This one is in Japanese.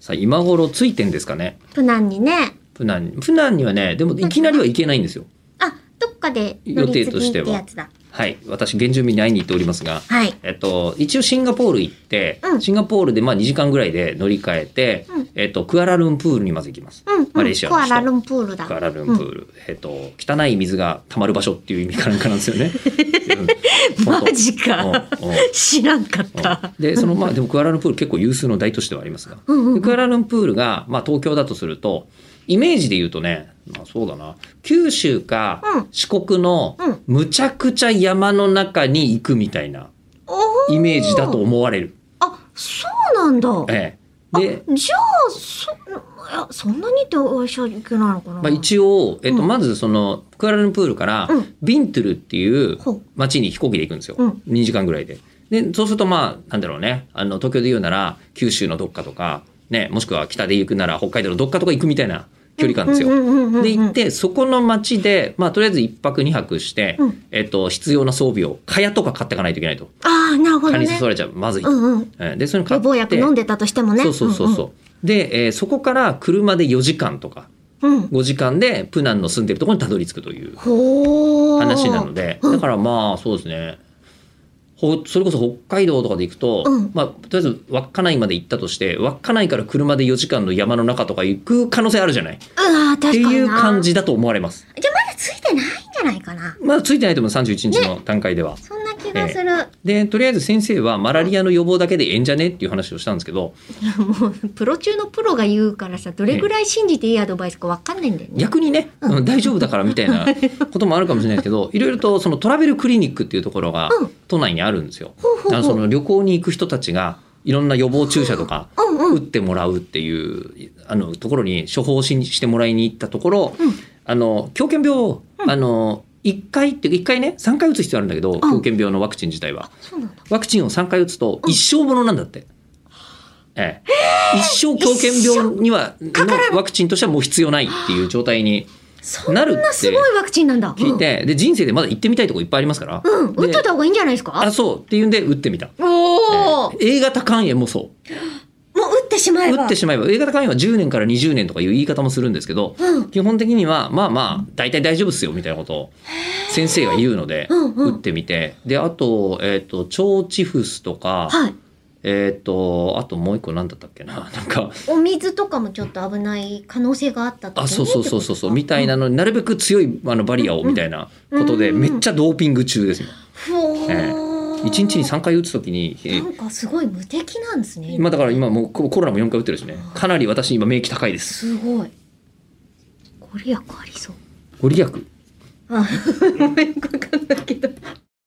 さあ、今頃ついてんですかね。プナンにね。プナン、プナンにはね、でもいきなりはいけないんですよ。あ、どっかで乗り継ぎってやつだ。はい。私、原住民に会いに行っておりますが、はい。えっと、一応シンガポール行って、うんシンガポールでまあ2時間ぐらいで乗り換えて、うんえっと、クアラルンプールにまず行きます。うん、うん。マレーシアのコア首都ラルンプールだ。クアラルンプール、えっと、汚い水が溜まる場所っていう意味かなんかなんですよ ね。うんほんとマジか。うんうん 知らんかった。でそのまあでもクアラルンプール結構有数の大都市ではありますが、うんうんうんでクアラルンプールが、まあ、東京だとするとイメージで言うとね、まあ、そうだな九州かうん四国のうんむちゃくちゃ山の中に行くみたいなおーイメージだと。思われる。あ、そうなんだ。ええ、あで、じゃあ、そ、いやそんなにってお医者行けないのかまな。あ、一応、えっと、うんまずそのクアラルンプールからうんビントゥルっていうほう町に飛行機で行くんですよ、うん2時間ぐらいで。でそうするとまあなんだろうねあの東京で言うなら九州のどっかとか、ね、もしくは北で行くなら北海道のどっかとか行くみたいな距離感ですよ。うんうんうんうんうんで行ってそこの町で、まあ、とりあえず1泊2泊して、うんえっと、必要な装備を蚊帳とか買っていかないといけないとああ、なるほど蚊にね刺。されちゃうまずいと。うんうん。えでそういうの買予って防薬飲んでたとしてもね。そうそうそうそう。で、えーそこから車で4時間とかうんうん。うん。 5時間でプナンの住んでるところにたどり着くというほー話なのでだからまあそうですねほそれこそ北海道とかで行くと、うんまあ、とりあえず稚内まで行ったとして稚内から車で4時間の山の中とか行く可能性あるじゃないっうわー確かてにな。いう感。じだと思われますじゃあまだついてないんじゃないかな。まだついてないと思う31日の段階では、そんな気がする。でとりあえず先生はマラリアの予防だけでええんじゃねっていう話をしたんですけどもうプロ中のプロが言うからさどれぐらい信じていいアドバイスかわかんないんだよね。逆にね、うん大丈夫だからみたいなこともあるかもしれないですけどいろいろとそのトラベルクリニックっていうところがうん都内にあるんですよ。ほうほうあのほ。そうの旅行に行く人たちがいろんな予防注射とかうんう打っん。てもらうっていうあのところに処方ししてもらいに行ったところ、うんあの狂犬病を、あの1回って1回ね3回打つ必要あるんだけど狂犬病のワクチン自体はそうなんだ。ワクチンを3回打つと一生ものなんだって。ええ、一生狂犬病にはのワクチンとしてはもう必要ないっていう状態にそんなすごいワクチンなんだ。聞いて、で人生でまだ行ってみたいとこいっぱいありますから、うん。うん。打っでといた方がいいんじゃないですかあ。そうっていうんで打ってみた、えおお。もうえ A 型肝炎もそう打ってしまえば。打ってしまえば A 型肝炎は10年から20年とかいう言い方もするんですけど、うん基本的にはまあまあ大体大丈夫っすよみたいなことを先生が言うのでうんうん打ってみてであと,、えっと腸チフスとか、はい。えっとあともう一個何だったっけな なんかお水とかもちょっと危ない可能性があったとかねあそうそうそうそうそうみたい。っなのになるべく強いあのバリアをみたいなことで、うんうんめっちゃドーピング中ですよ。てことかほええー1日に3回打つ時に、えーなんかすごい無敵なんですね。今だから今もうココロナも4回打ってるしねかなり私今免疫高いですすごい。ご利益ありそう。ご利益 あ、よくわかんないけど。